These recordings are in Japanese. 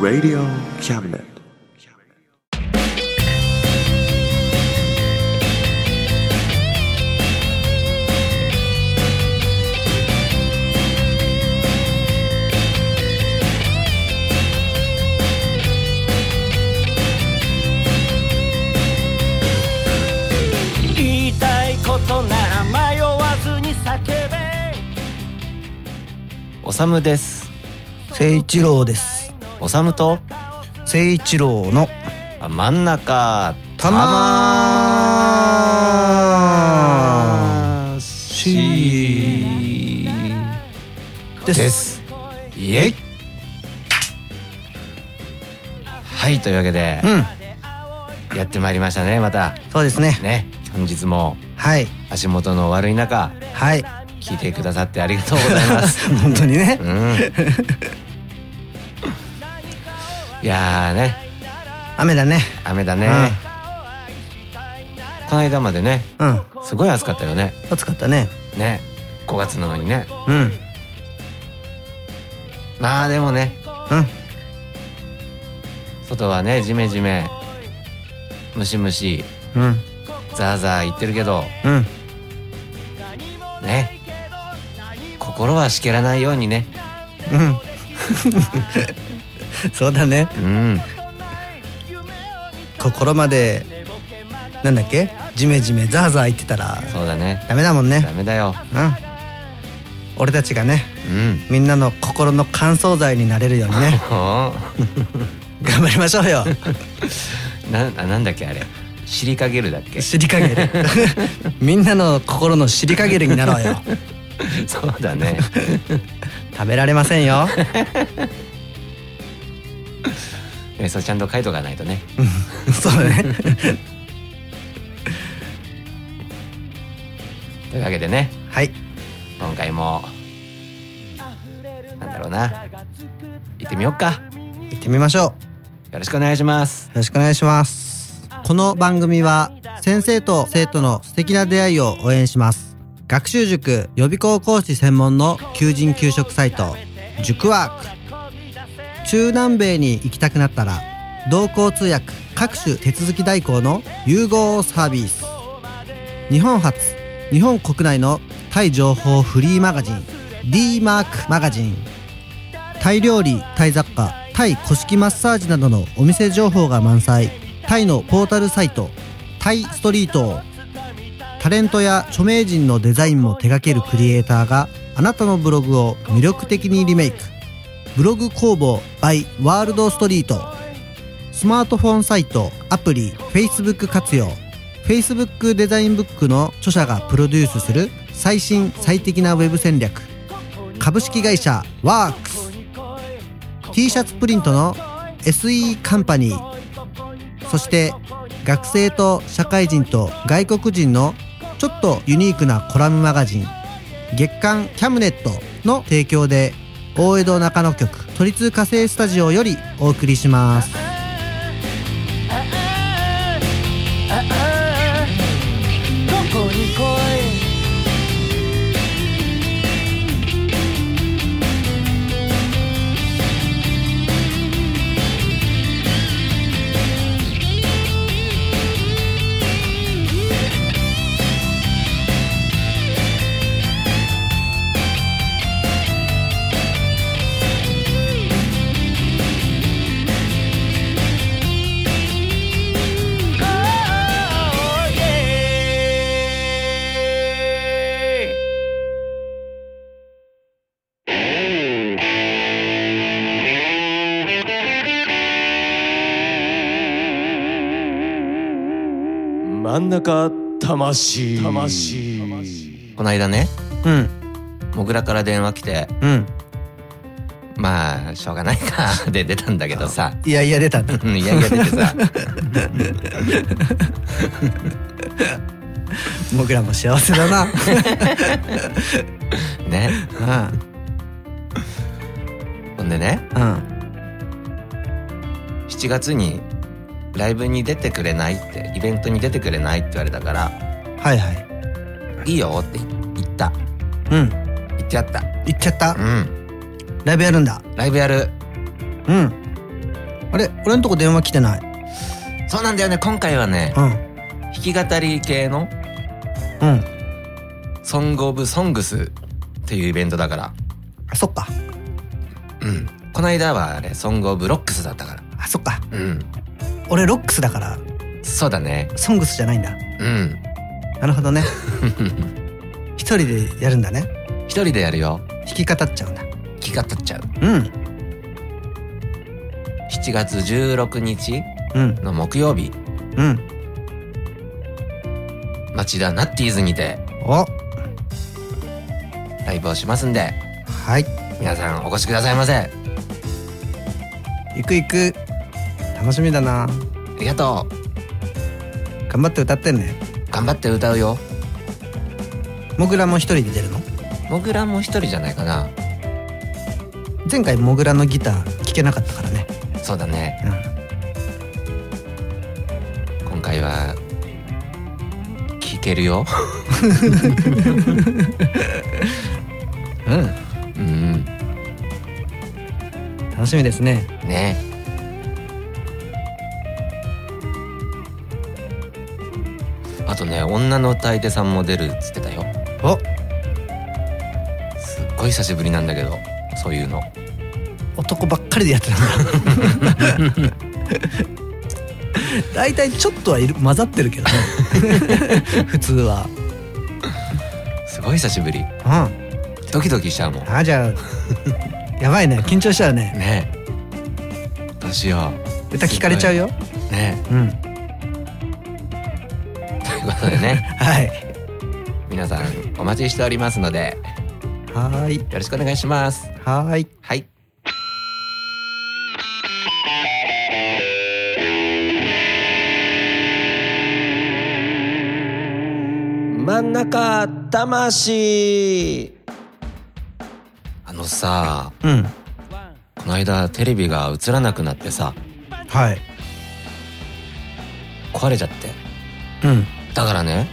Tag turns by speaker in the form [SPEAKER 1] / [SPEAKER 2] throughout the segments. [SPEAKER 1] Radio Cabinet.
[SPEAKER 2] 言いたいことなら迷わずに叫べ
[SPEAKER 3] おさむです
[SPEAKER 4] 誠一郎です
[SPEAKER 3] おさむと
[SPEAKER 4] 誠一郎の
[SPEAKER 3] あ真ん中
[SPEAKER 4] たまーしで
[SPEAKER 3] ですすイエイはいというわけで
[SPEAKER 4] う、ん
[SPEAKER 3] やってまいりましたねまた
[SPEAKER 4] そうですね
[SPEAKER 3] ね本日も
[SPEAKER 4] はい
[SPEAKER 3] 足元の悪い中
[SPEAKER 4] はい
[SPEAKER 3] 聞いてくださってありがとうございます
[SPEAKER 4] 本当にね
[SPEAKER 3] うんいやーね
[SPEAKER 4] 雨だね
[SPEAKER 3] 雨だね、この間までね
[SPEAKER 4] うん
[SPEAKER 3] すごい暑かったよね
[SPEAKER 4] 暑かったね
[SPEAKER 3] ね5月なのにね
[SPEAKER 4] うんうん
[SPEAKER 3] まあでもね外はねジメジメムシムシ
[SPEAKER 4] うん
[SPEAKER 3] ザーザー言ってるけど
[SPEAKER 4] うん
[SPEAKER 3] ね心はしけらないようにね
[SPEAKER 4] うん そうだね
[SPEAKER 3] うん
[SPEAKER 4] 心までなんだっけジメジメザーザー言ってたら
[SPEAKER 3] そうだね
[SPEAKER 4] ダメだもんね
[SPEAKER 3] ダメだよ
[SPEAKER 4] うん俺たちがね
[SPEAKER 3] うん
[SPEAKER 4] みんなの心の乾燥剤になれるよう にね
[SPEAKER 3] ほ
[SPEAKER 4] 頑張りましょうよ
[SPEAKER 3] うなあなんだっけあれ尻かげるだっけ
[SPEAKER 4] 尻かげるみんなの心の尻かげるになろうよ
[SPEAKER 3] そうだね
[SPEAKER 4] 食べられませんよ
[SPEAKER 3] えそうちゃんと書いとかないとね
[SPEAKER 4] そうだね
[SPEAKER 3] というわけでね
[SPEAKER 4] はい
[SPEAKER 3] 今回もなんだろうな行ってみよっか
[SPEAKER 4] 行ってみましょうよ
[SPEAKER 3] よろしくお願いします
[SPEAKER 4] ろしくお願いしますこの番組は先生と生徒の素敵な出会いを応援します学習塾予備校講師専門の求人求職サイト塾ワーク中南米に行きたくなったら同行通訳各種手続き代行の融合サービス日本初日本国内のタイ情報フリーマガジン d マークマガジンタイ料理タイ雑貨タイ古式マッサージなどのお店情報が満載タイのポータルサイトタイストリートタレントや著名人のデザインも手掛けるクリエイターがあなたのブログを魅力的にリメイクブログ工房 by ワールドストリートスマートフォンサイトアプリ Facebook 活用 Facebook デザインブックの著者がプロデュースする最新最適なウェブ戦略株式会社ワークス t シャツプリントの SE カンパニーそして学生と社会人と外国人のちょっとユニークなコラムマガジン月刊キャムネットの提供で大江戸中野局都立火星スタジオよりお送りします
[SPEAKER 2] ああどこに来い
[SPEAKER 5] 真ん中魂魂
[SPEAKER 3] この間ね
[SPEAKER 4] うん
[SPEAKER 3] もぐらから電話来て
[SPEAKER 4] うん
[SPEAKER 3] まあしょうがないか で出たんだけどさ
[SPEAKER 4] いやいや出たんだ
[SPEAKER 3] うんいやいや出て さ
[SPEAKER 4] 僕らも幸せだな
[SPEAKER 3] ねほんでね
[SPEAKER 4] うんうん
[SPEAKER 3] 7月にライブに出てくれないってイベントに出てくれないって言われたから
[SPEAKER 4] はいはい
[SPEAKER 3] いいよって言った
[SPEAKER 4] うん
[SPEAKER 3] 言ってやった
[SPEAKER 4] 言っちゃった
[SPEAKER 3] うん
[SPEAKER 4] ライブやるんだ
[SPEAKER 3] ライブやる
[SPEAKER 4] うんあれ俺んとこ電話来てない
[SPEAKER 3] そうなんだよね今回はね
[SPEAKER 4] うん
[SPEAKER 3] 弾き語り系の
[SPEAKER 4] うん
[SPEAKER 3] 「ソング・オブ・ソングス」っていうイベントだから
[SPEAKER 4] あそっか
[SPEAKER 3] うんこの間はあれ「ソング・オブ・ロックス」だったから
[SPEAKER 4] あそっか
[SPEAKER 3] うん
[SPEAKER 4] 俺ロックスだから
[SPEAKER 3] そうだね
[SPEAKER 4] ソングスじゃないんだ
[SPEAKER 3] うん
[SPEAKER 4] なる ほどね一人でやるんだね
[SPEAKER 3] 一人でやるよ
[SPEAKER 4] 弾き語っちゃうんだ
[SPEAKER 3] 弾き語っちゃう
[SPEAKER 4] うん
[SPEAKER 3] 7月16日
[SPEAKER 4] うん
[SPEAKER 3] の木曜日
[SPEAKER 4] うん
[SPEAKER 3] 町田ナッティーズにて
[SPEAKER 4] お
[SPEAKER 3] ライブをしますんで
[SPEAKER 4] はい
[SPEAKER 3] 皆さんお越しくださいませあ
[SPEAKER 4] 行く行く楽しみだな
[SPEAKER 3] りがと
[SPEAKER 4] 頑張って歌ってね
[SPEAKER 3] う頑張って歌うよ
[SPEAKER 4] モグラも一人で出るの
[SPEAKER 3] モグラも一人じゃないかな
[SPEAKER 4] 前回モグラのギター聴けなかったからね
[SPEAKER 3] そうだね
[SPEAKER 4] うん
[SPEAKER 3] 今回は聴けるよ うんうん
[SPEAKER 4] 楽しみですね
[SPEAKER 3] ねあとね女の歌い手さんも出るっつってたよ
[SPEAKER 4] お
[SPEAKER 3] すっごい久しぶりなんだけどそういうの
[SPEAKER 4] 男ばっかりでやってたん だ大体ちょっとはいる混ざってるけどね 普通は
[SPEAKER 3] すごい久しぶり
[SPEAKER 4] うん
[SPEAKER 3] ドキドキしちゃうもん
[SPEAKER 4] あじゃあやばいね緊張したらね
[SPEAKER 3] ねえどうしよ
[SPEAKER 4] 歌聞かれちゃうよ
[SPEAKER 3] うね
[SPEAKER 4] うん
[SPEAKER 3] えということでね
[SPEAKER 4] はい
[SPEAKER 3] 皆さんお待ちしておりますので
[SPEAKER 4] はーい
[SPEAKER 3] よろしくお願いします
[SPEAKER 4] はーい
[SPEAKER 3] はい
[SPEAKER 5] 真ん中魂
[SPEAKER 3] あのさ
[SPEAKER 4] うん
[SPEAKER 3] この間テレビが映らなくなってさ
[SPEAKER 4] はい
[SPEAKER 3] 壊れちゃって
[SPEAKER 4] うん
[SPEAKER 3] だからね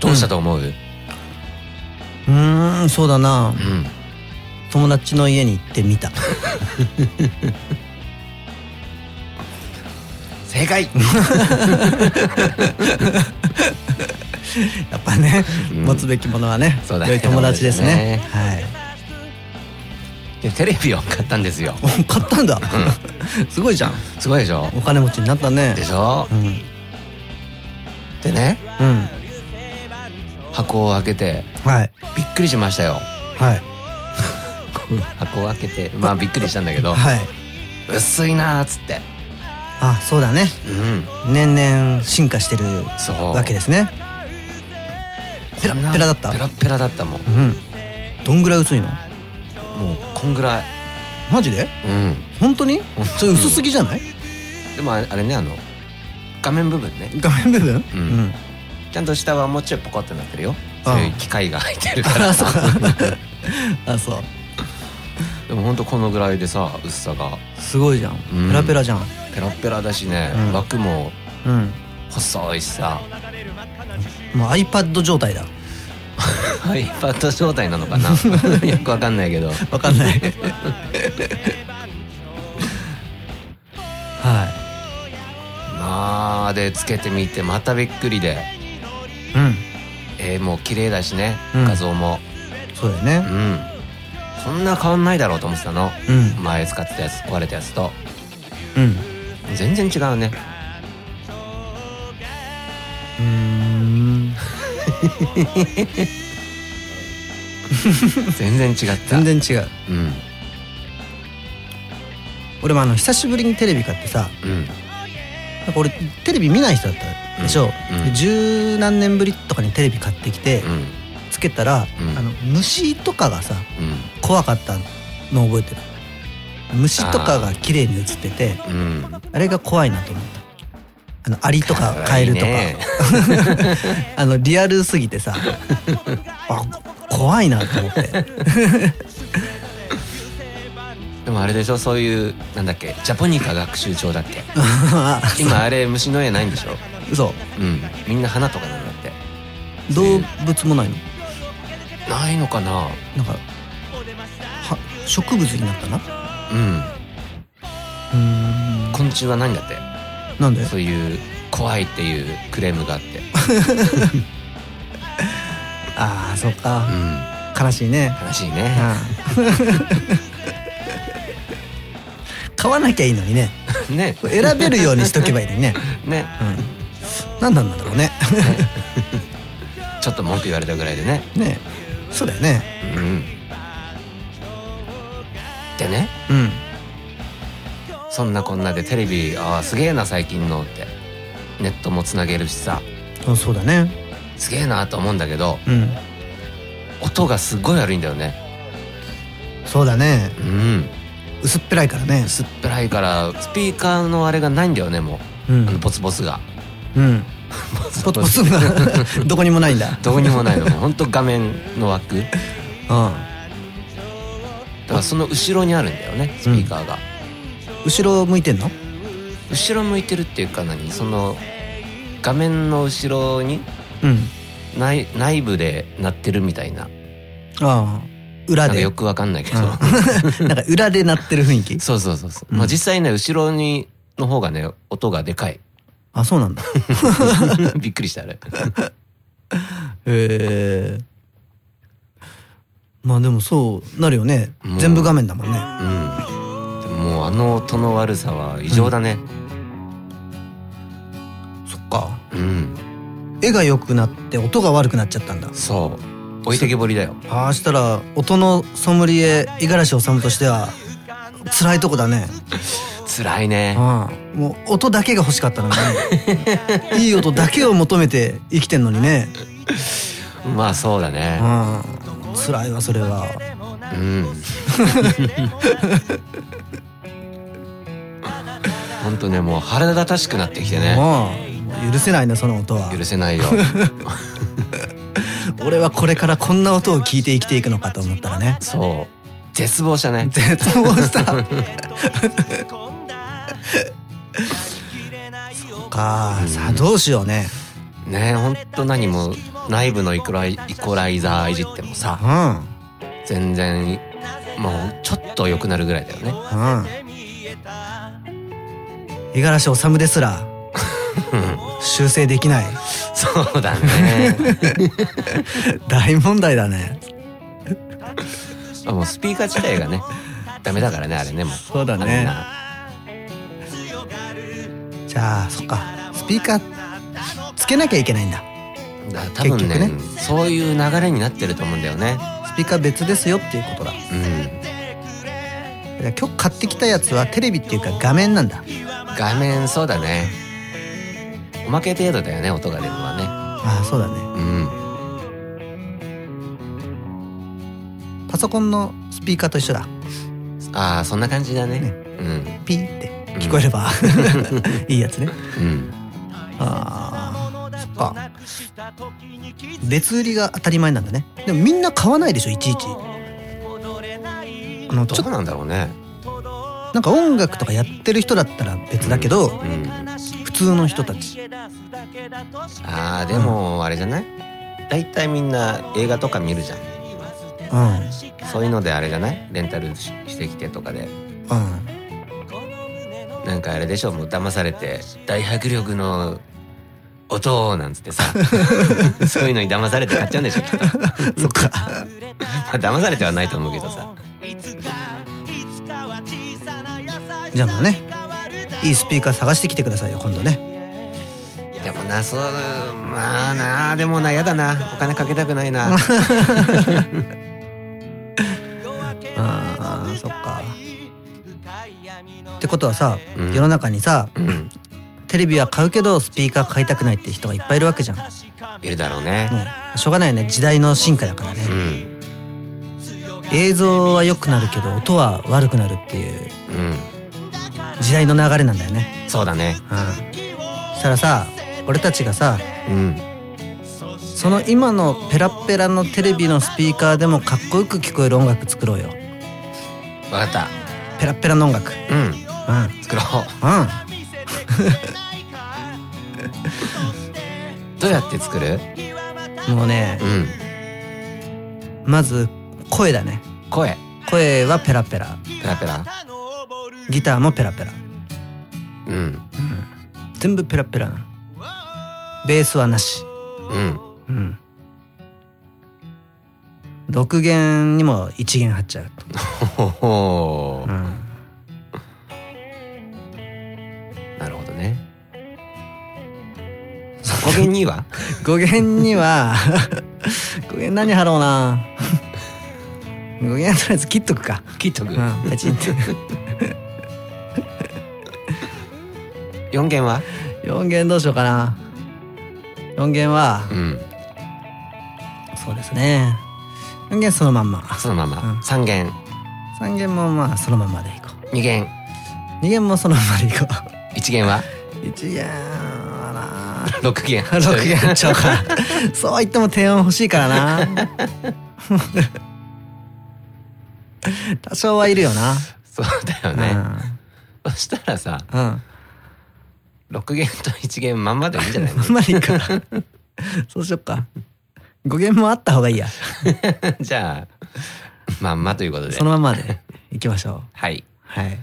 [SPEAKER 3] どうしたと思う、
[SPEAKER 4] うーんそうだな
[SPEAKER 3] うん、
[SPEAKER 4] 友達の家に行って みた
[SPEAKER 3] 正解
[SPEAKER 4] やっぱね、
[SPEAKER 3] うん
[SPEAKER 4] 持つべきものはね
[SPEAKER 3] そうだね
[SPEAKER 4] 良い友達ですねはい
[SPEAKER 3] で テレビを買ったんですよ、
[SPEAKER 4] お買ったんだ、 すごいじゃん
[SPEAKER 3] すごいでしょ
[SPEAKER 4] お金持ちになったね
[SPEAKER 3] でしょ
[SPEAKER 4] うん
[SPEAKER 3] でね
[SPEAKER 4] うん
[SPEAKER 3] 箱を開けて
[SPEAKER 4] はい
[SPEAKER 3] びっくりしましたよ
[SPEAKER 4] はい
[SPEAKER 3] 箱を開けてまあびっくりしたんだけど
[SPEAKER 4] はい
[SPEAKER 3] 薄いなーっつって
[SPEAKER 4] あそうだね
[SPEAKER 3] うん
[SPEAKER 4] 年々進化してる
[SPEAKER 3] そう
[SPEAKER 4] わけですねペラッペラだった
[SPEAKER 3] ペラッペラだったもん
[SPEAKER 4] うんどんぐらい薄いの
[SPEAKER 3] もうこんぐらい
[SPEAKER 4] マジで
[SPEAKER 3] うん
[SPEAKER 4] 本当に
[SPEAKER 3] うん
[SPEAKER 4] それ薄すぎじゃない
[SPEAKER 3] でもあれあれねあの画面部分ね
[SPEAKER 4] 画面部分
[SPEAKER 3] うん
[SPEAKER 4] うん
[SPEAKER 3] ちゃんと下はもうちょいポコってなってるよ
[SPEAKER 4] あ
[SPEAKER 3] そ
[SPEAKER 4] あ
[SPEAKER 3] ういう機械が入ってるから
[SPEAKER 4] あそうかあそう
[SPEAKER 3] でもほんとこのぐらいでさ薄さが
[SPEAKER 4] すごいじゃん
[SPEAKER 3] うん
[SPEAKER 4] ペラペラじゃん
[SPEAKER 3] ペラッペラだしね、
[SPEAKER 4] うん
[SPEAKER 3] 枠も
[SPEAKER 4] うん
[SPEAKER 3] 細いしさ
[SPEAKER 4] もう iPad 状態だ
[SPEAKER 3] iPad 状態なのかな よくわかんないけど
[SPEAKER 4] わか んないは
[SPEAKER 3] まあでつけてみてまたびっくりで
[SPEAKER 4] いうん
[SPEAKER 3] えー、もう綺麗だしね
[SPEAKER 4] うん
[SPEAKER 3] 画像も
[SPEAKER 4] そうだよ
[SPEAKER 3] うん、
[SPEAKER 4] ね
[SPEAKER 3] そんな変わんないだろうと思ってたの
[SPEAKER 4] うん
[SPEAKER 3] 前使ってたやつ壊れたやつと
[SPEAKER 4] うん
[SPEAKER 3] 全然違うね
[SPEAKER 4] うーん
[SPEAKER 3] 全然違った
[SPEAKER 4] 全然違う
[SPEAKER 3] うん
[SPEAKER 4] 俺もあの久しぶりにテレビ買ってさ
[SPEAKER 3] うん
[SPEAKER 4] なんか俺テレビ見ない人だったでしょ、
[SPEAKER 3] うん
[SPEAKER 4] で十何年ぶりとかにテレビ買ってきて、
[SPEAKER 3] うん
[SPEAKER 4] つけたら、
[SPEAKER 3] うん
[SPEAKER 4] あの虫とかがさ
[SPEAKER 3] うん
[SPEAKER 4] 怖かったの覚えてる虫とかが綺麗に映ってて
[SPEAKER 3] うん
[SPEAKER 4] あれが怖いなと思ったあのアリとか カエルとか
[SPEAKER 3] 可愛いね
[SPEAKER 4] あのリアルすぎてさあ怖いなと思って
[SPEAKER 3] でもあれでしょそういうなんだっけジャポニカ学習帳だっけ今あれ虫の絵ないんでしょ
[SPEAKER 4] そ
[SPEAKER 3] うんみんな花とかなんだって
[SPEAKER 4] う動物もないの
[SPEAKER 3] ないのかな
[SPEAKER 4] なんかは植物になったな
[SPEAKER 3] うん
[SPEAKER 4] うーん
[SPEAKER 3] 昆虫はないんだって
[SPEAKER 4] なんで
[SPEAKER 3] そういう怖いっていうクレームがあって
[SPEAKER 4] ああそっ
[SPEAKER 3] う
[SPEAKER 4] か
[SPEAKER 3] ん
[SPEAKER 4] 悲しいね
[SPEAKER 3] 悲しいね
[SPEAKER 4] うん 買わなきゃいいのにね
[SPEAKER 3] ね
[SPEAKER 4] 選べるようにしとけばいいのにね、
[SPEAKER 3] ね
[SPEAKER 4] うん、何なんだろうね
[SPEAKER 3] ちょっと文句言われたぐらいでね
[SPEAKER 4] ねそうだよね
[SPEAKER 3] うんでね
[SPEAKER 4] うん
[SPEAKER 3] そんなこんなでテレビああすげえな最近のってネットもつなげるしさ
[SPEAKER 4] あそうだね
[SPEAKER 3] すげえなと思うんだけど
[SPEAKER 4] うん
[SPEAKER 3] 音がすっごい悪いんだよね
[SPEAKER 4] そうだね
[SPEAKER 3] うん
[SPEAKER 4] 薄っぺらいからね
[SPEAKER 3] 薄っぺらいからスピーカーのあれがないんだよねも
[SPEAKER 4] う
[SPEAKER 3] うあの
[SPEAKER 4] ん
[SPEAKER 3] ボツボツが
[SPEAKER 4] うんポツポツが どこにもないん だ
[SPEAKER 3] どうにもないのもうほんと画面の枠だ
[SPEAKER 4] うん
[SPEAKER 3] からその後ろにあるんだよねスピーカーが、
[SPEAKER 4] 後ろ向いてんの
[SPEAKER 3] 後ろ向いてるっていうか何その画面の後ろに
[SPEAKER 4] うん
[SPEAKER 3] 内内部で鳴ってるみたいな
[SPEAKER 4] ああ
[SPEAKER 3] な
[SPEAKER 4] 裏
[SPEAKER 3] んか
[SPEAKER 4] で
[SPEAKER 3] よくわかんないけど、
[SPEAKER 4] うん なんか裏で鳴ってる雰囲 気
[SPEAKER 3] そうそうそうそう、
[SPEAKER 4] うん
[SPEAKER 3] まあ実際ね後ろにの方がね音がでか い
[SPEAKER 4] あそう なんだ
[SPEAKER 3] びっくりしたあれ
[SPEAKER 4] へえまあでもそうなるよね
[SPEAKER 3] うん
[SPEAKER 4] 全部画面だもんね
[SPEAKER 3] うんでももうあの音の悪さは異常だね
[SPEAKER 4] そっか
[SPEAKER 3] うん、
[SPEAKER 4] 絵が良くなって音が悪くなっちゃったんだ
[SPEAKER 3] そう置いてけぼりだよ
[SPEAKER 4] ああしたら音のソムリエ五十嵐治としては辛いとこだね
[SPEAKER 3] 辛いね
[SPEAKER 4] うんもう音だけが欲しかったのに ねいい音だけを求めて生きてんのにね
[SPEAKER 3] まあそうだ
[SPEAKER 4] う
[SPEAKER 3] ね
[SPEAKER 4] ん辛いわそれは
[SPEAKER 3] うん ほんとねもう腹立たしくなってきてね
[SPEAKER 4] うんもう許せないねその音は
[SPEAKER 3] 許せないよ
[SPEAKER 4] 俺はこれからこんな音を聞いて生きていくのかと思ったらね
[SPEAKER 3] そう絶望したね
[SPEAKER 4] 絶望した そっかさあどうしようね
[SPEAKER 3] ねえほんと何も内部のイコライイコライザーいじっても
[SPEAKER 4] う
[SPEAKER 3] さ
[SPEAKER 4] んうん
[SPEAKER 3] 全然もうちょっと良くなるぐらいだよね
[SPEAKER 4] 五十嵐治で すら修正できない
[SPEAKER 3] そうだ ね
[SPEAKER 4] 大問題だね
[SPEAKER 3] もうスピーカー自体がねダメだからねあれねもう
[SPEAKER 4] そうだ
[SPEAKER 3] あれ
[SPEAKER 4] ね
[SPEAKER 3] な
[SPEAKER 4] じゃあそっかスピーカーつけなきゃいけないんだ
[SPEAKER 3] だから多分ね
[SPEAKER 4] 結局
[SPEAKER 3] そういう流れになってると思うんだよね
[SPEAKER 4] スピーカー別ですよっていうことだ
[SPEAKER 3] うん
[SPEAKER 4] いや今日買ってきたやつはテレビっていうか画面なんだ
[SPEAKER 3] 画面そうだねおまけ程度だよね音が出るのは
[SPEAKER 4] ああそうだね
[SPEAKER 3] ねうん
[SPEAKER 4] パソコンのスピーカーと一緒だ
[SPEAKER 3] ああそんな感じだね
[SPEAKER 4] ね
[SPEAKER 3] うん
[SPEAKER 4] ピーって聞こえればいいやつね
[SPEAKER 3] うん
[SPEAKER 4] ああそっか別売りが当たり前なんだねでもみんな買わないでしょいちいちあのち
[SPEAKER 3] ちょっ
[SPEAKER 4] ょっと
[SPEAKER 3] となんだろうね
[SPEAKER 4] なんか音楽とかやってる人だったら別だけど、
[SPEAKER 3] うん
[SPEAKER 4] 普通の人たち
[SPEAKER 3] あーでもあれじゃない大体みんな映画とか見るじゃん
[SPEAKER 4] うんうん
[SPEAKER 3] そういうのであれじゃないレンタルししてきてとかでなんかあれでしょもう騙されて大迫力の音なんつって さそういうのに騙されて買っちゃうんでしょきっとま
[SPEAKER 4] そっか
[SPEAKER 3] あ騙されてはないと思うけどさ
[SPEAKER 4] じゃあもうねいいスピーカー探してきてくださいよ今度ね
[SPEAKER 3] でもなそうまあなでもなやだなお金かけたくないな
[SPEAKER 4] あーそっかってことはさ、
[SPEAKER 3] うん
[SPEAKER 4] 世の中にさ
[SPEAKER 3] うん
[SPEAKER 4] テレビは買うけどスピーカー買いたくないって人がいっぱいいるわけじゃん
[SPEAKER 3] いるだろうね
[SPEAKER 4] もうしょうがないよね時代の進化だからね、
[SPEAKER 3] うん
[SPEAKER 4] 映像は良くなるけど音は悪くなるっていう
[SPEAKER 3] うん
[SPEAKER 4] 時代の流れなんだよね
[SPEAKER 3] そうだね
[SPEAKER 4] うんそしたらさ俺たちがさ
[SPEAKER 3] うん
[SPEAKER 4] その今のペラッペラのテレビのスピーカーでもかっこよく聞こえる音楽作ろうよ
[SPEAKER 3] わかった
[SPEAKER 4] ペラッペラの音楽
[SPEAKER 3] うん
[SPEAKER 4] うんうん
[SPEAKER 3] 作ろうどうやって作る
[SPEAKER 4] もうね
[SPEAKER 3] うん
[SPEAKER 4] まず声だね
[SPEAKER 3] 声
[SPEAKER 4] 声はペラペラ
[SPEAKER 3] ペラペラ
[SPEAKER 4] ギターもペラペラ
[SPEAKER 3] うん
[SPEAKER 4] 全部ペラペラなのベースはなし
[SPEAKER 3] うん
[SPEAKER 4] うん6弦にも1弦張っちゃうと
[SPEAKER 3] ほほ
[SPEAKER 4] う
[SPEAKER 3] ー
[SPEAKER 4] ん
[SPEAKER 3] なるほどねそこ弦に は
[SPEAKER 4] 語源には 語源何貼ろうな語源はとりあえず切っとくか
[SPEAKER 3] 切っとく
[SPEAKER 4] うんパチンって
[SPEAKER 3] 4弦は
[SPEAKER 4] 4弦どうしようかな4弦は
[SPEAKER 3] うん
[SPEAKER 4] そうですね4弦そのまんま
[SPEAKER 3] そのま
[SPEAKER 4] うん
[SPEAKER 3] ま3弦
[SPEAKER 4] 3弦もまあそのまんまでいこ
[SPEAKER 3] 2弦
[SPEAKER 4] う2弦もそのまんまでいこ
[SPEAKER 3] 1弦は
[SPEAKER 4] う1弦は
[SPEAKER 3] 6弦
[SPEAKER 4] な6弦やっちゃおうかなそう言っても低音欲しいからな 多少はいるよな、
[SPEAKER 3] そうだよねそしたらさ
[SPEAKER 4] うんうん
[SPEAKER 3] 6弦と1弦まんまでいいんじゃないの
[SPEAKER 4] あんまりいいか。そうしよっか。語源もあった方がいいや。
[SPEAKER 3] じゃあまんまということで
[SPEAKER 4] そのままで行きましょう。
[SPEAKER 3] はい
[SPEAKER 4] はい。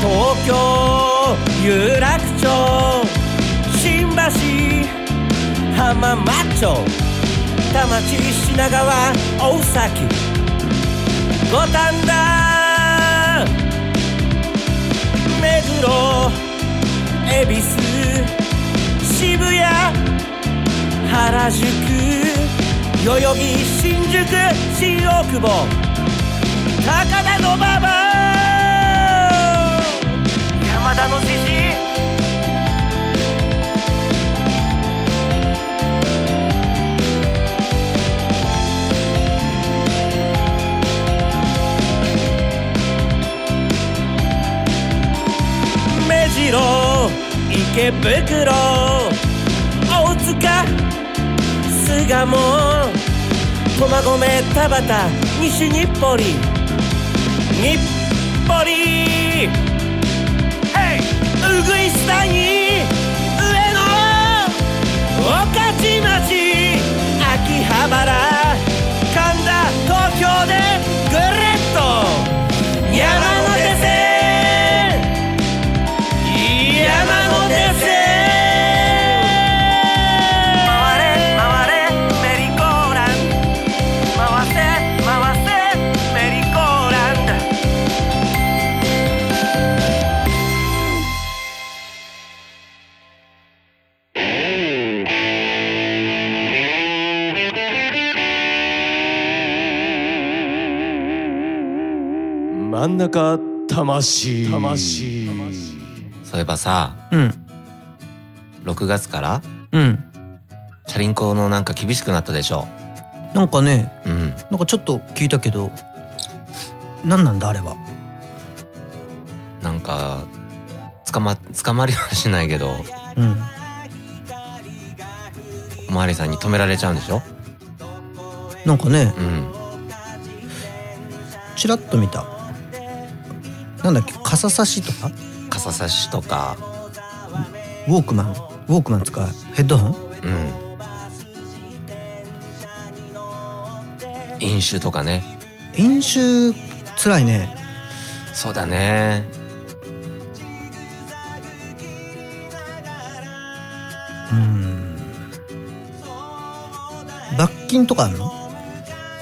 [SPEAKER 2] 東京有楽町新橋浜松町田町品川大崎五反田目黒恵比寿渋谷原宿代々木新宿新大久保高田の馬場山田のじじい目白池袋大塚巣鴨駒込田畑西日暮里日暮里ヘイうぐいす谷上野御徒町秋葉原神田東京でぐるっと山手線山手線回れ回れメリーゴーランド回せ回せメリーゴーランド
[SPEAKER 5] 真ん中魂魂
[SPEAKER 3] そういえばさ
[SPEAKER 4] うん。
[SPEAKER 3] 6月から
[SPEAKER 4] うん。
[SPEAKER 3] チャリンコのなんか厳しくなったでしょ
[SPEAKER 4] なんかね、
[SPEAKER 3] うん
[SPEAKER 4] なんかちょっと聞いたけど、なんなんだあれは。
[SPEAKER 3] なんか捕ま捕まりはしないけど
[SPEAKER 4] うん。
[SPEAKER 3] おまわりさんに止められちゃうんでしょ
[SPEAKER 4] なんかね、
[SPEAKER 3] うん
[SPEAKER 4] ちらっと見た。なんだっけ、傘差しとか
[SPEAKER 3] 傘差しとか
[SPEAKER 4] ウォークマン。ウォークマン使う。ヘッドホン
[SPEAKER 3] うん飲酒とかね
[SPEAKER 4] 飲酒、辛いね。
[SPEAKER 3] そうだね
[SPEAKER 4] うん。罰金とかあるの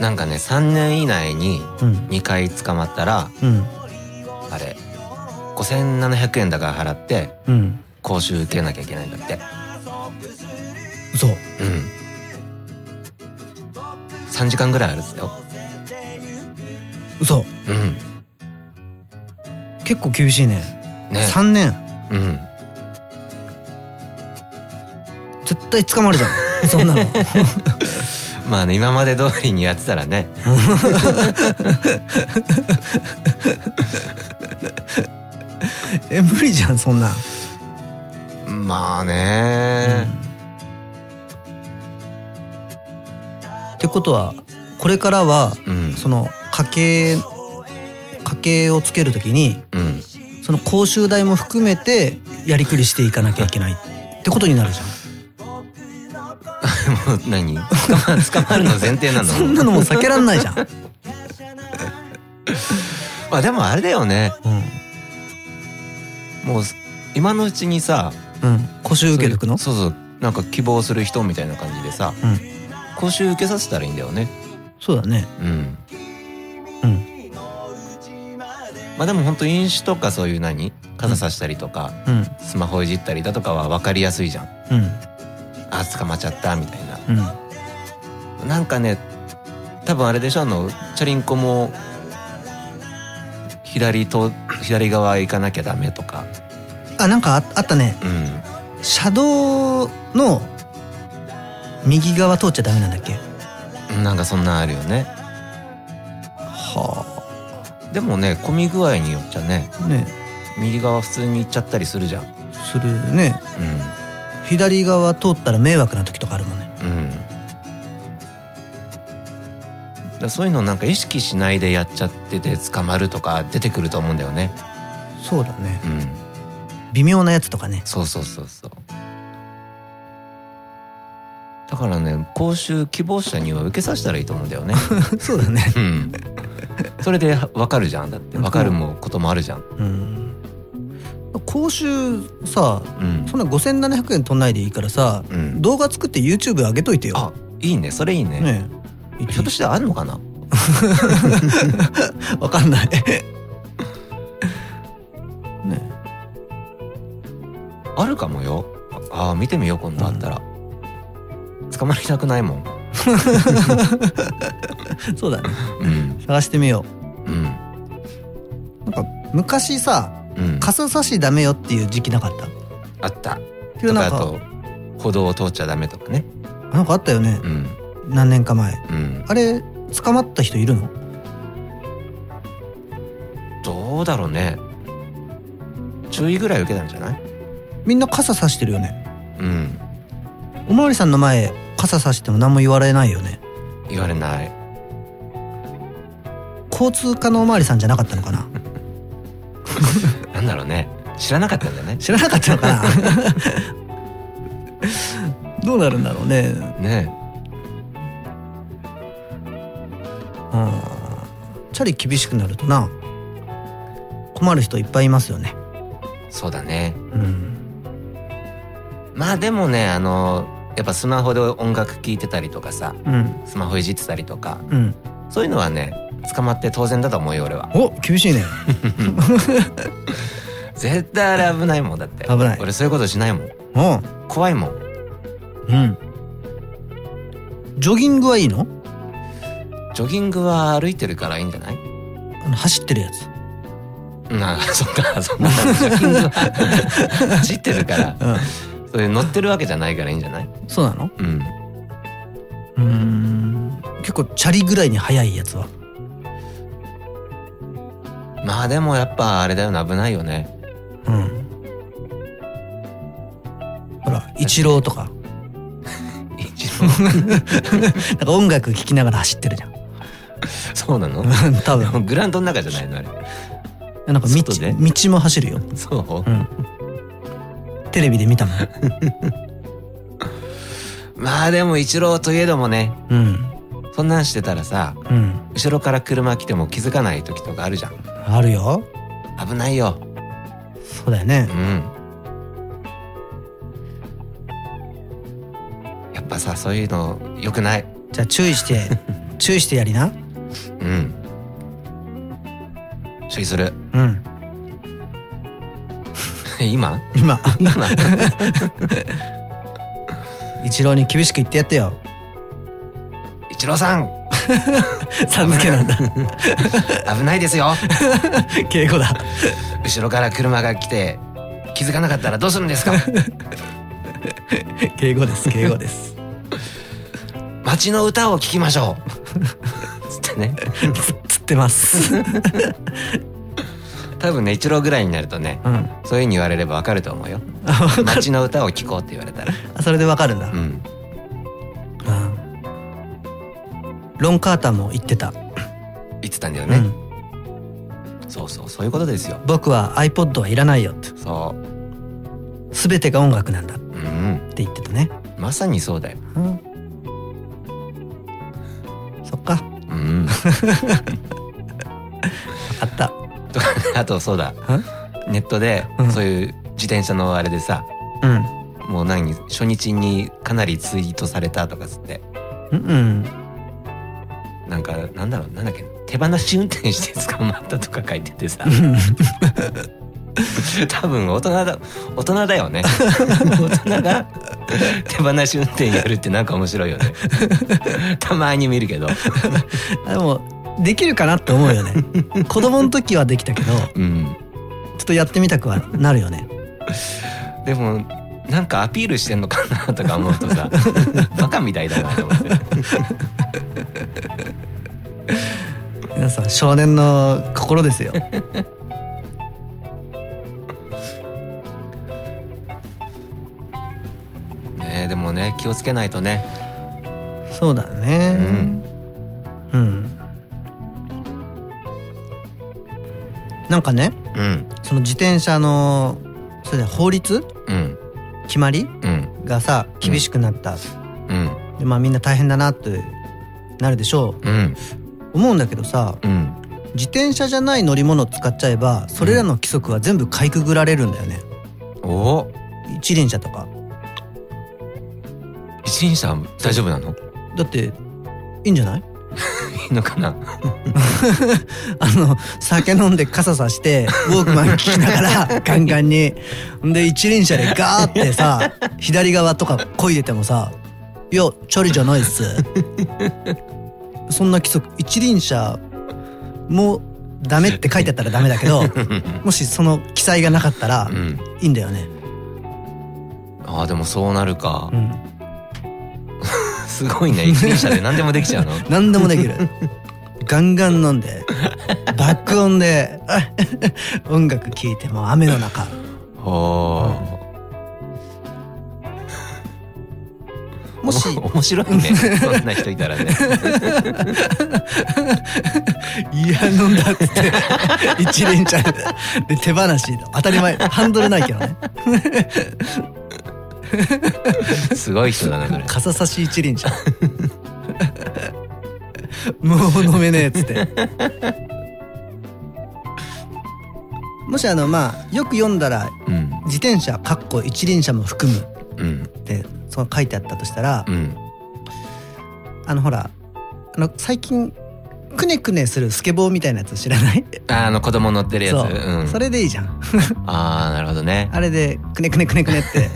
[SPEAKER 3] なんかね3年以内に
[SPEAKER 4] うん。
[SPEAKER 3] 2回捕まったら
[SPEAKER 4] うん。
[SPEAKER 3] あれ5700円だから払って
[SPEAKER 4] うん。
[SPEAKER 3] 講習受けなきゃいけないんだって
[SPEAKER 4] そう。
[SPEAKER 3] うん3時間ぐらいあるっすよ
[SPEAKER 4] 嘘
[SPEAKER 3] うん
[SPEAKER 4] 結構厳しいね
[SPEAKER 3] ね
[SPEAKER 4] 3年
[SPEAKER 3] うん
[SPEAKER 4] 絶対捕まるじゃんそんなの
[SPEAKER 3] まあね今まで通りにやってたらね
[SPEAKER 4] え無理じゃんそんなん
[SPEAKER 3] まあね、
[SPEAKER 4] ってことはこれからは
[SPEAKER 3] うん
[SPEAKER 4] その家計家計をつけるときに
[SPEAKER 3] うん
[SPEAKER 4] その講習代も含めてやりくりしていかなきゃいけないってことになるじゃん
[SPEAKER 3] もう何捕ま捕まるの前提なの
[SPEAKER 4] そんなのもう避けらんないじゃん、うん、
[SPEAKER 3] まあでもあれだよねもう今のうちにさ
[SPEAKER 4] うん、講習受けとくの
[SPEAKER 3] そうそうなんか希望する人みたいな感じでさ、
[SPEAKER 4] うん
[SPEAKER 3] 講習受けさせたらいいんだよね
[SPEAKER 4] そうだね
[SPEAKER 3] うん
[SPEAKER 4] うん
[SPEAKER 3] まあでも本当飲酒とかそういう何傘さしたりとか、
[SPEAKER 4] うん
[SPEAKER 3] スマホいじったりだとかは分かりやすいじゃん
[SPEAKER 4] うん
[SPEAKER 3] あ捕まっちゃったみたいな
[SPEAKER 4] うん
[SPEAKER 3] なんかね多分あれでしょあのチャリンコも左と左側行かなきゃダメとか
[SPEAKER 4] あなんかああったね
[SPEAKER 3] うん
[SPEAKER 4] 車道の右側通っちゃダメなんだっけ
[SPEAKER 3] なんかそんなんあるよね
[SPEAKER 4] は
[SPEAKER 3] でもね混み具合によっちゃね
[SPEAKER 4] あね
[SPEAKER 3] 右側普通に行っちゃったりするじゃん
[SPEAKER 4] するね左側通ったら迷惑な時とかあるもんね
[SPEAKER 3] うんうんだからそういうのなんか意識しないでやっちゃってて捕まるとか出てくると思うんだよね
[SPEAKER 4] そうだね
[SPEAKER 3] うん
[SPEAKER 4] 微妙なやつとかね
[SPEAKER 3] そうそうそうそうだからね講習希望者には受けさせたらいいと思うんだよね
[SPEAKER 4] そうだね
[SPEAKER 3] うんそれで分かるじゃんだって分かるもこともあるじゃん
[SPEAKER 4] うん講習さ
[SPEAKER 3] うん
[SPEAKER 4] そんな5700円取んないでいいからさ、
[SPEAKER 3] うん
[SPEAKER 4] 動画作って YouTube 上げといてよ
[SPEAKER 3] あいいねそれいいね
[SPEAKER 4] ねえ
[SPEAKER 3] ひょっとしてあんのかな
[SPEAKER 4] わかん ないね
[SPEAKER 3] あるかもよああ見てみよう今度あったら、捕まりたくないもん
[SPEAKER 4] えそうだね
[SPEAKER 3] うん
[SPEAKER 4] 探してみよ
[SPEAKER 3] うん
[SPEAKER 4] うなんか昔さ
[SPEAKER 3] うん
[SPEAKER 4] 傘差しダメよっていう時期なかった
[SPEAKER 3] あった
[SPEAKER 4] けど
[SPEAKER 3] とかあ
[SPEAKER 4] なんか
[SPEAKER 3] と歩道を通っちゃダメとかね
[SPEAKER 4] なんかあったよね
[SPEAKER 3] うん
[SPEAKER 4] 何年か前
[SPEAKER 3] うん
[SPEAKER 4] あれ捕まった人いるの
[SPEAKER 3] どうだろうね注意ぐらい受けたんじゃない
[SPEAKER 4] みんな傘差してるよね
[SPEAKER 3] うん
[SPEAKER 4] おまわりさんの前傘差しても何も言われないよね
[SPEAKER 3] 言われない
[SPEAKER 4] 交通課のおまわりさんじゃなかったのかな
[SPEAKER 3] なんだろうね知らなかったんだね
[SPEAKER 4] 知らなかったのかなどうなるんだろうね
[SPEAKER 3] ね
[SPEAKER 4] うんチャリ厳しくなるとな困る人いっぱいいますよね
[SPEAKER 3] そうだね
[SPEAKER 4] うん
[SPEAKER 3] まあでもねあのやっぱスマホで音楽聴いてたりとかさ
[SPEAKER 4] うん
[SPEAKER 3] スマホいじってたりとか
[SPEAKER 4] うん
[SPEAKER 3] そういうのはね捕まって当然だと思うよ俺は
[SPEAKER 4] お厳しいね
[SPEAKER 3] 絶対あれ危ないもんだって
[SPEAKER 4] 危ない
[SPEAKER 3] 俺そういうことしないもん
[SPEAKER 4] おう
[SPEAKER 3] 怖いもん
[SPEAKER 4] うんジョギングはいいの
[SPEAKER 3] ジョギングは歩いてるからいいんじゃない
[SPEAKER 4] あの走ってるやつ
[SPEAKER 3] なあそっか そんなジョギングは走 ってるから
[SPEAKER 4] う
[SPEAKER 3] それ乗ってるわけじゃないからいいんじゃない
[SPEAKER 4] んそうなの
[SPEAKER 3] うん
[SPEAKER 4] うーん結構チャリぐらいに速いやつは
[SPEAKER 3] まあでもやっぱあれだよな危ないよね
[SPEAKER 4] うんほら一郎とか
[SPEAKER 3] 一応
[SPEAKER 4] なんか音楽聴きながら走ってるじゃん
[SPEAKER 3] そうな の
[SPEAKER 4] 多分
[SPEAKER 3] グラウンドの中じゃないのあれ
[SPEAKER 4] なんか道
[SPEAKER 3] 外で
[SPEAKER 4] 道も走るよ
[SPEAKER 3] そう
[SPEAKER 4] う、んテレビで見たもん
[SPEAKER 3] まあでも一郎といえどもね
[SPEAKER 4] うん
[SPEAKER 3] そんなんしてたらさ
[SPEAKER 4] うん
[SPEAKER 3] 後ろから車来ても気づかない時とかあるじゃん
[SPEAKER 4] あるよ
[SPEAKER 3] 危ないよ
[SPEAKER 4] そうだよね
[SPEAKER 3] うんやっぱさそういうの良くない
[SPEAKER 4] じゃあ注意して 注意してやりな
[SPEAKER 3] うん注意する
[SPEAKER 4] うん
[SPEAKER 3] 今
[SPEAKER 4] 今
[SPEAKER 3] 今
[SPEAKER 4] 一郎に厳しく言ってやってよ
[SPEAKER 3] 一郎さん
[SPEAKER 4] さん付けなんだ
[SPEAKER 3] 危ないですよ
[SPEAKER 4] 敬語だ
[SPEAKER 3] 後ろから車が来て気づかなかったらどうするんですか
[SPEAKER 4] 敬語です敬語 です
[SPEAKER 3] 街の歌を聴きましょうつってね
[SPEAKER 4] つってます
[SPEAKER 3] 多分ね一郎ぐらいになるとね
[SPEAKER 4] うん
[SPEAKER 3] そういうふうに言われればわかると思うよ街の歌を聴こうって言われたら
[SPEAKER 4] あそれでわかるんだ、
[SPEAKER 3] うん
[SPEAKER 4] うんロン・カーターも言ってた
[SPEAKER 3] 言ってったんだよ
[SPEAKER 6] う
[SPEAKER 3] ね、
[SPEAKER 6] ん、
[SPEAKER 3] そうそうそういうことですよ
[SPEAKER 4] 僕は iPod はいらないよと
[SPEAKER 3] そ
[SPEAKER 4] 全てが音楽なんだって
[SPEAKER 3] ううん
[SPEAKER 4] 言ってたね、
[SPEAKER 3] まさにそうだよ
[SPEAKER 4] うん、そっか
[SPEAKER 3] うん
[SPEAKER 4] 分かった
[SPEAKER 3] あとそうだネットで
[SPEAKER 4] うん
[SPEAKER 3] そういう自転車のあれでさ
[SPEAKER 4] うん
[SPEAKER 3] もう何初日にかなりツイートされたとかつって
[SPEAKER 4] うんうん
[SPEAKER 3] なんかなんだろうなんだっけ手放し運転して捕まったとか書いててさ多分大人だ大人だよね大人が手放し運転やるってなんか面白いよねたまに見るけど
[SPEAKER 4] でもできるかなって思うよね 子供の時はできたけどちょ
[SPEAKER 3] うん
[SPEAKER 4] っとやってみたくはなるよね
[SPEAKER 3] でもなんかアピールしてんのかなとか思うとさバカみたいだなと思って
[SPEAKER 4] 皆さん少年の心ですよ
[SPEAKER 3] ねえでもね気をつけないとね
[SPEAKER 4] そうだねうん、なんかね
[SPEAKER 3] うん
[SPEAKER 4] その自転車のそうだよ法律
[SPEAKER 3] うん
[SPEAKER 4] 決まり
[SPEAKER 3] うん
[SPEAKER 4] がさ厳しくなった、
[SPEAKER 3] うん
[SPEAKER 4] でまあみんな大変だなってなるでしょ
[SPEAKER 3] うん
[SPEAKER 4] う思うんだけどさ
[SPEAKER 3] うん
[SPEAKER 4] 自転車じゃない乗り物を使っちゃえばそれらの規則は全部かいくぐられるんだよね、
[SPEAKER 3] おお
[SPEAKER 4] 一輪車とか
[SPEAKER 3] 一輪車大丈夫なの
[SPEAKER 4] だっていいんじゃない
[SPEAKER 3] い いのかな
[SPEAKER 4] あの酒飲んで傘さしてウォークマン聞きながら ガンガンにんで一輪車でガーってさ左側とか漕いでてもさ「いやチャリじゃないっす」そんな規則一輪車もダメって書いてあったらダメだけ どもしその記載がなかったら
[SPEAKER 3] うん
[SPEAKER 4] いいんだよね。
[SPEAKER 3] ああでもそうなるか
[SPEAKER 4] う、ん、
[SPEAKER 3] すごいね一輪車 で何でもできちゃうの
[SPEAKER 4] 何でもできるガンガン飲んで爆音で音楽聴いてもう雨の中
[SPEAKER 3] おお
[SPEAKER 4] もし
[SPEAKER 3] 面白いねそんな人いたら ね
[SPEAKER 4] いや飲んだっつって一輪車でで手放し当たり前ハンドルないけどね
[SPEAKER 3] すごい人だなそれ
[SPEAKER 4] 傘差し一輪車もう飲めねえっつってもしあのまあよく読んだら
[SPEAKER 3] うん
[SPEAKER 4] 自転車かっこ一輪車も含む
[SPEAKER 3] うん
[SPEAKER 4] ってそう書いてあったとしたら、
[SPEAKER 3] うん
[SPEAKER 4] あのほらあの最近くねくねするスケボーみたいなやつ知らない
[SPEAKER 3] ああの子供乗ってるやつ
[SPEAKER 4] そう、
[SPEAKER 3] うん
[SPEAKER 4] それでいいじゃん
[SPEAKER 3] ああなるほどね
[SPEAKER 4] あれでくねくねくねくねって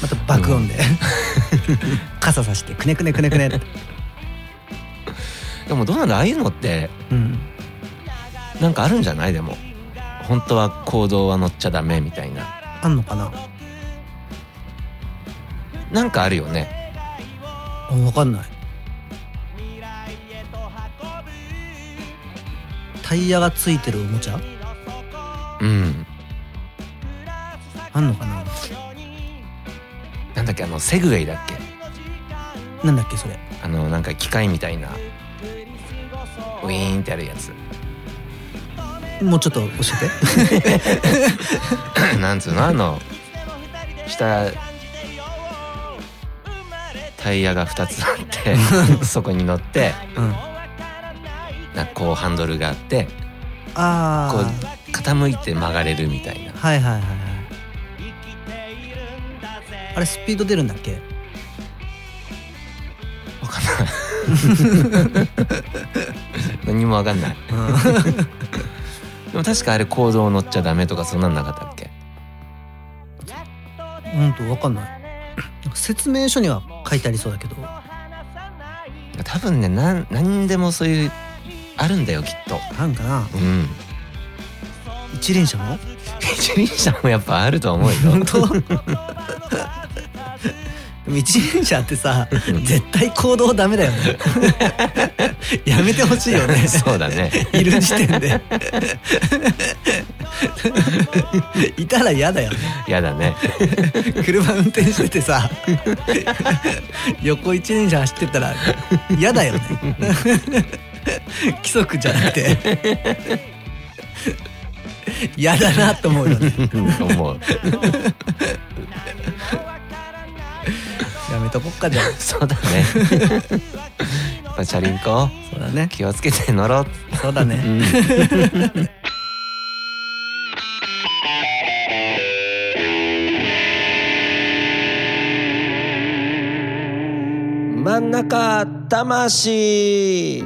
[SPEAKER 4] また爆音で傘さしてくねくねくねくねって、
[SPEAKER 3] でもどうなんだああいうのって
[SPEAKER 4] うん、
[SPEAKER 3] なんかあるんじゃないでも本当は行動は乗っちゃダメみたいな
[SPEAKER 4] あんのかな
[SPEAKER 3] なんかあるよね
[SPEAKER 4] あわかんないタイヤがついてるおもちゃ
[SPEAKER 3] うん
[SPEAKER 4] あんのかな
[SPEAKER 3] なんだっけあのセグウェイだっけ
[SPEAKER 4] なんだっけそれ
[SPEAKER 3] あのなんか機械みたいなウィーンってあるやつ
[SPEAKER 4] もうちょっと教えて
[SPEAKER 3] なんつうのあの下タイヤが2つあって そこに乗って
[SPEAKER 4] うん
[SPEAKER 3] なんかこうハンドルがあって
[SPEAKER 4] あ
[SPEAKER 3] こう
[SPEAKER 4] あ
[SPEAKER 3] 傾いて曲がれるみたいな
[SPEAKER 4] はいはいはいはいあれスピード出るんだっけ
[SPEAKER 3] 何もわかんないでも確かあれ行動乗っちゃダメとかそんなんなかったっけ
[SPEAKER 4] うんとわかんないなんか説明書には書いてありそうだけど
[SPEAKER 3] 多分ねなん何でもそういうあるんだよきっと
[SPEAKER 4] なんかな
[SPEAKER 3] うん
[SPEAKER 4] 一輪車 も
[SPEAKER 3] 一輪車もやっぱあると思うよ
[SPEAKER 4] 本当でも一輪車ってさ絶対行動ダメだよね やめてほしいよね
[SPEAKER 3] そうだね
[SPEAKER 4] いる時点 でいたら嫌だよね
[SPEAKER 3] やだね
[SPEAKER 4] 車運転しててさ横一輪車走ってたら嫌だよね規則じゃなくてやだなと思うよね
[SPEAKER 3] うん思う
[SPEAKER 4] やめとこっかじゃあ
[SPEAKER 3] そうだねやっぱチャリンコ
[SPEAKER 4] そうだね
[SPEAKER 3] 気をつけて乗ろう
[SPEAKER 4] そうだね、
[SPEAKER 5] 真ん中魂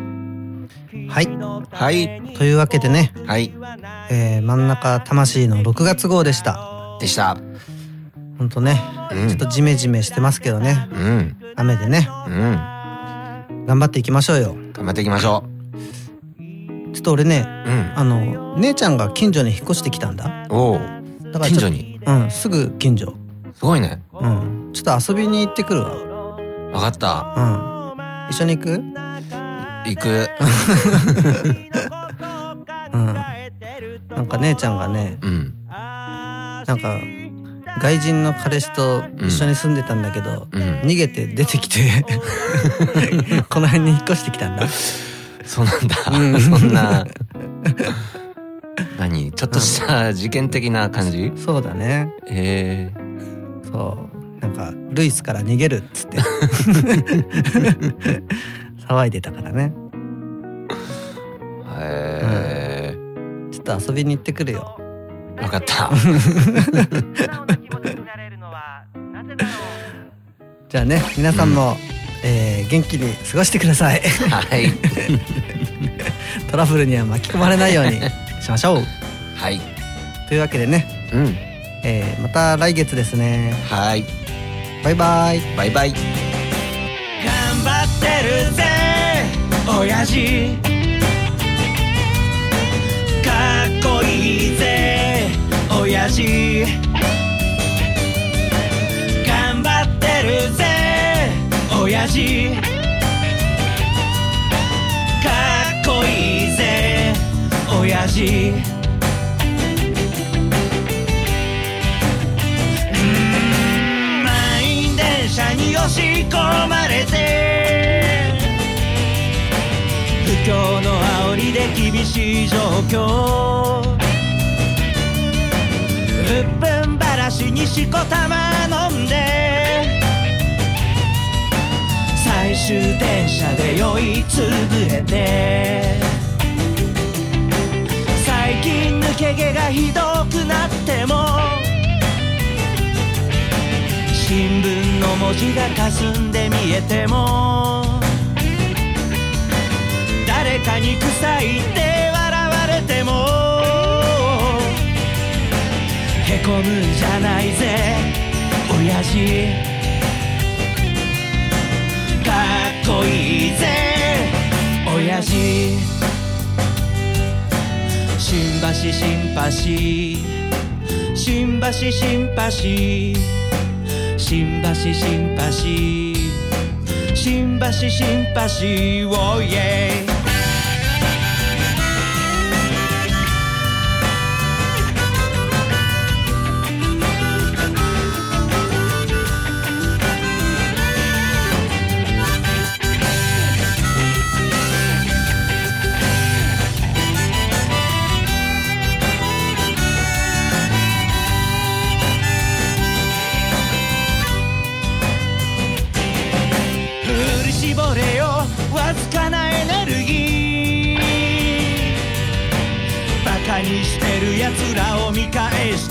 [SPEAKER 4] はい
[SPEAKER 3] はい
[SPEAKER 4] というわけでね、
[SPEAKER 3] はい
[SPEAKER 4] えー真ん中魂の6月号でした
[SPEAKER 3] でした
[SPEAKER 4] ほんとね、
[SPEAKER 3] うん
[SPEAKER 4] ちょっとジメジメしてますけどね
[SPEAKER 3] うん
[SPEAKER 4] 雨でね
[SPEAKER 3] うん
[SPEAKER 4] 頑張っていきましょうよ
[SPEAKER 3] 頑張っていきましょ
[SPEAKER 4] ちょっと俺ね
[SPEAKER 3] ううん
[SPEAKER 4] あの姉ちゃんが近所に引っ越してきたんだ
[SPEAKER 3] おお
[SPEAKER 4] だからちょ
[SPEAKER 3] 近所に
[SPEAKER 4] うんすぐ近所
[SPEAKER 3] すごいね
[SPEAKER 4] うんちょっと遊びに行ってくるわ
[SPEAKER 3] わかった
[SPEAKER 4] うん一緒に行くうん
[SPEAKER 3] 行く
[SPEAKER 4] なんか姉ちゃんがね
[SPEAKER 3] うん
[SPEAKER 4] なんか外人の彼氏と一緒に住んでたんだけど、
[SPEAKER 3] うん
[SPEAKER 4] 逃げて出てきて この辺に引っ越してきたんだ
[SPEAKER 3] そうなんだ、そんな何ちょっとした事件的な感じ
[SPEAKER 4] そうだね
[SPEAKER 3] へえ
[SPEAKER 4] そうなんかルイスから逃げるっつって 騒いでたからね
[SPEAKER 3] へえ
[SPEAKER 4] ちょっと遊びに行ってくるよ
[SPEAKER 3] わかった
[SPEAKER 4] じゃあね皆さんも、えー元気に過ごしてください
[SPEAKER 3] はい
[SPEAKER 4] トラブルには巻き込まれないようにしましょう
[SPEAKER 3] はい
[SPEAKER 4] というわけでね、
[SPEAKER 3] うん
[SPEAKER 4] えーまた来月ですね
[SPEAKER 3] はい
[SPEAKER 4] バイバイ
[SPEAKER 3] バイバイ
[SPEAKER 2] 頑張ってるぜ親父かっこいいぜ親父頑張ってるぜ親父かっこいいぜ親父満員電車に押し込まれて不況の煽りで厳しい状況うっぷんばらしにしこたま飲んで最終電車で酔いつぶれて最近抜け毛がひどくなっても新聞の文字が霞んで見えても誰かに臭いって笑われてもへこむんじゃないぜ親父かっこいいぜ親父新橋シンパシー新橋シンパシー新橋新橋新橋新橋おいえ振り絞れよわずかなエネルギーバカにしてるやつらを見返し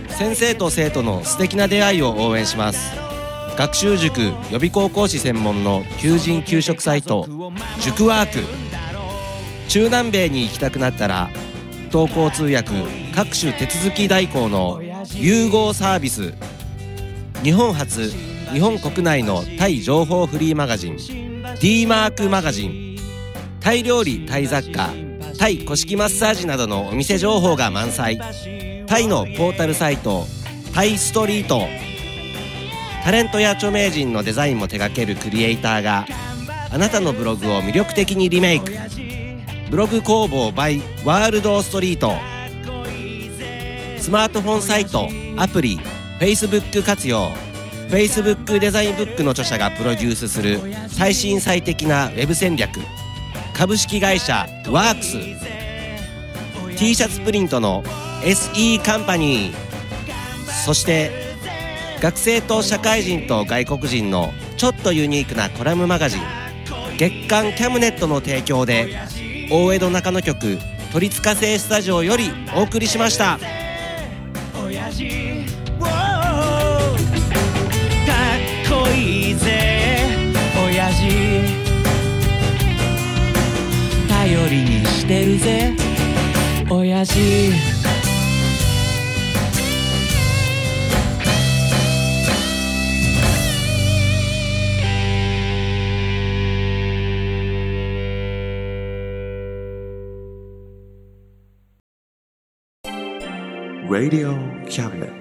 [SPEAKER 5] 先生と生徒の素敵な出会いを応援します学習塾予備高校師専門の求人・求職サイト塾ワーク中南米に行きたくなったら同行通訳各種手続き代行の融合サービス日本初日本国内のタイ情報フリーマガジン d マークマガジンタイ料理タイ雑貨
[SPEAKER 7] タイ古式マッサージなどのお店情報が満載タイのポータルサイトタイストリートタレントや著名人のデザインも手掛けるクリエイターがあなたのブログを魅力的にリメイクブログ工房 by ワールドストリートスマートフォンサイトアプリ Facebook 活用 Facebook デザインブックの著者がプロデュースする最新最適なウェブ戦略株式会社ワークス t シャツプリントの SE カンパニーそして学生と社会人と外国人のちょっとユニークなコラムマガジン月刊キャムネットの提供で大江戸中野局「鳥塚製スタジオ」よりお送りしました。
[SPEAKER 2] 親父ウォーかっこいいぜ親父頼りにしてるぜ親父
[SPEAKER 1] Radio Cabinet.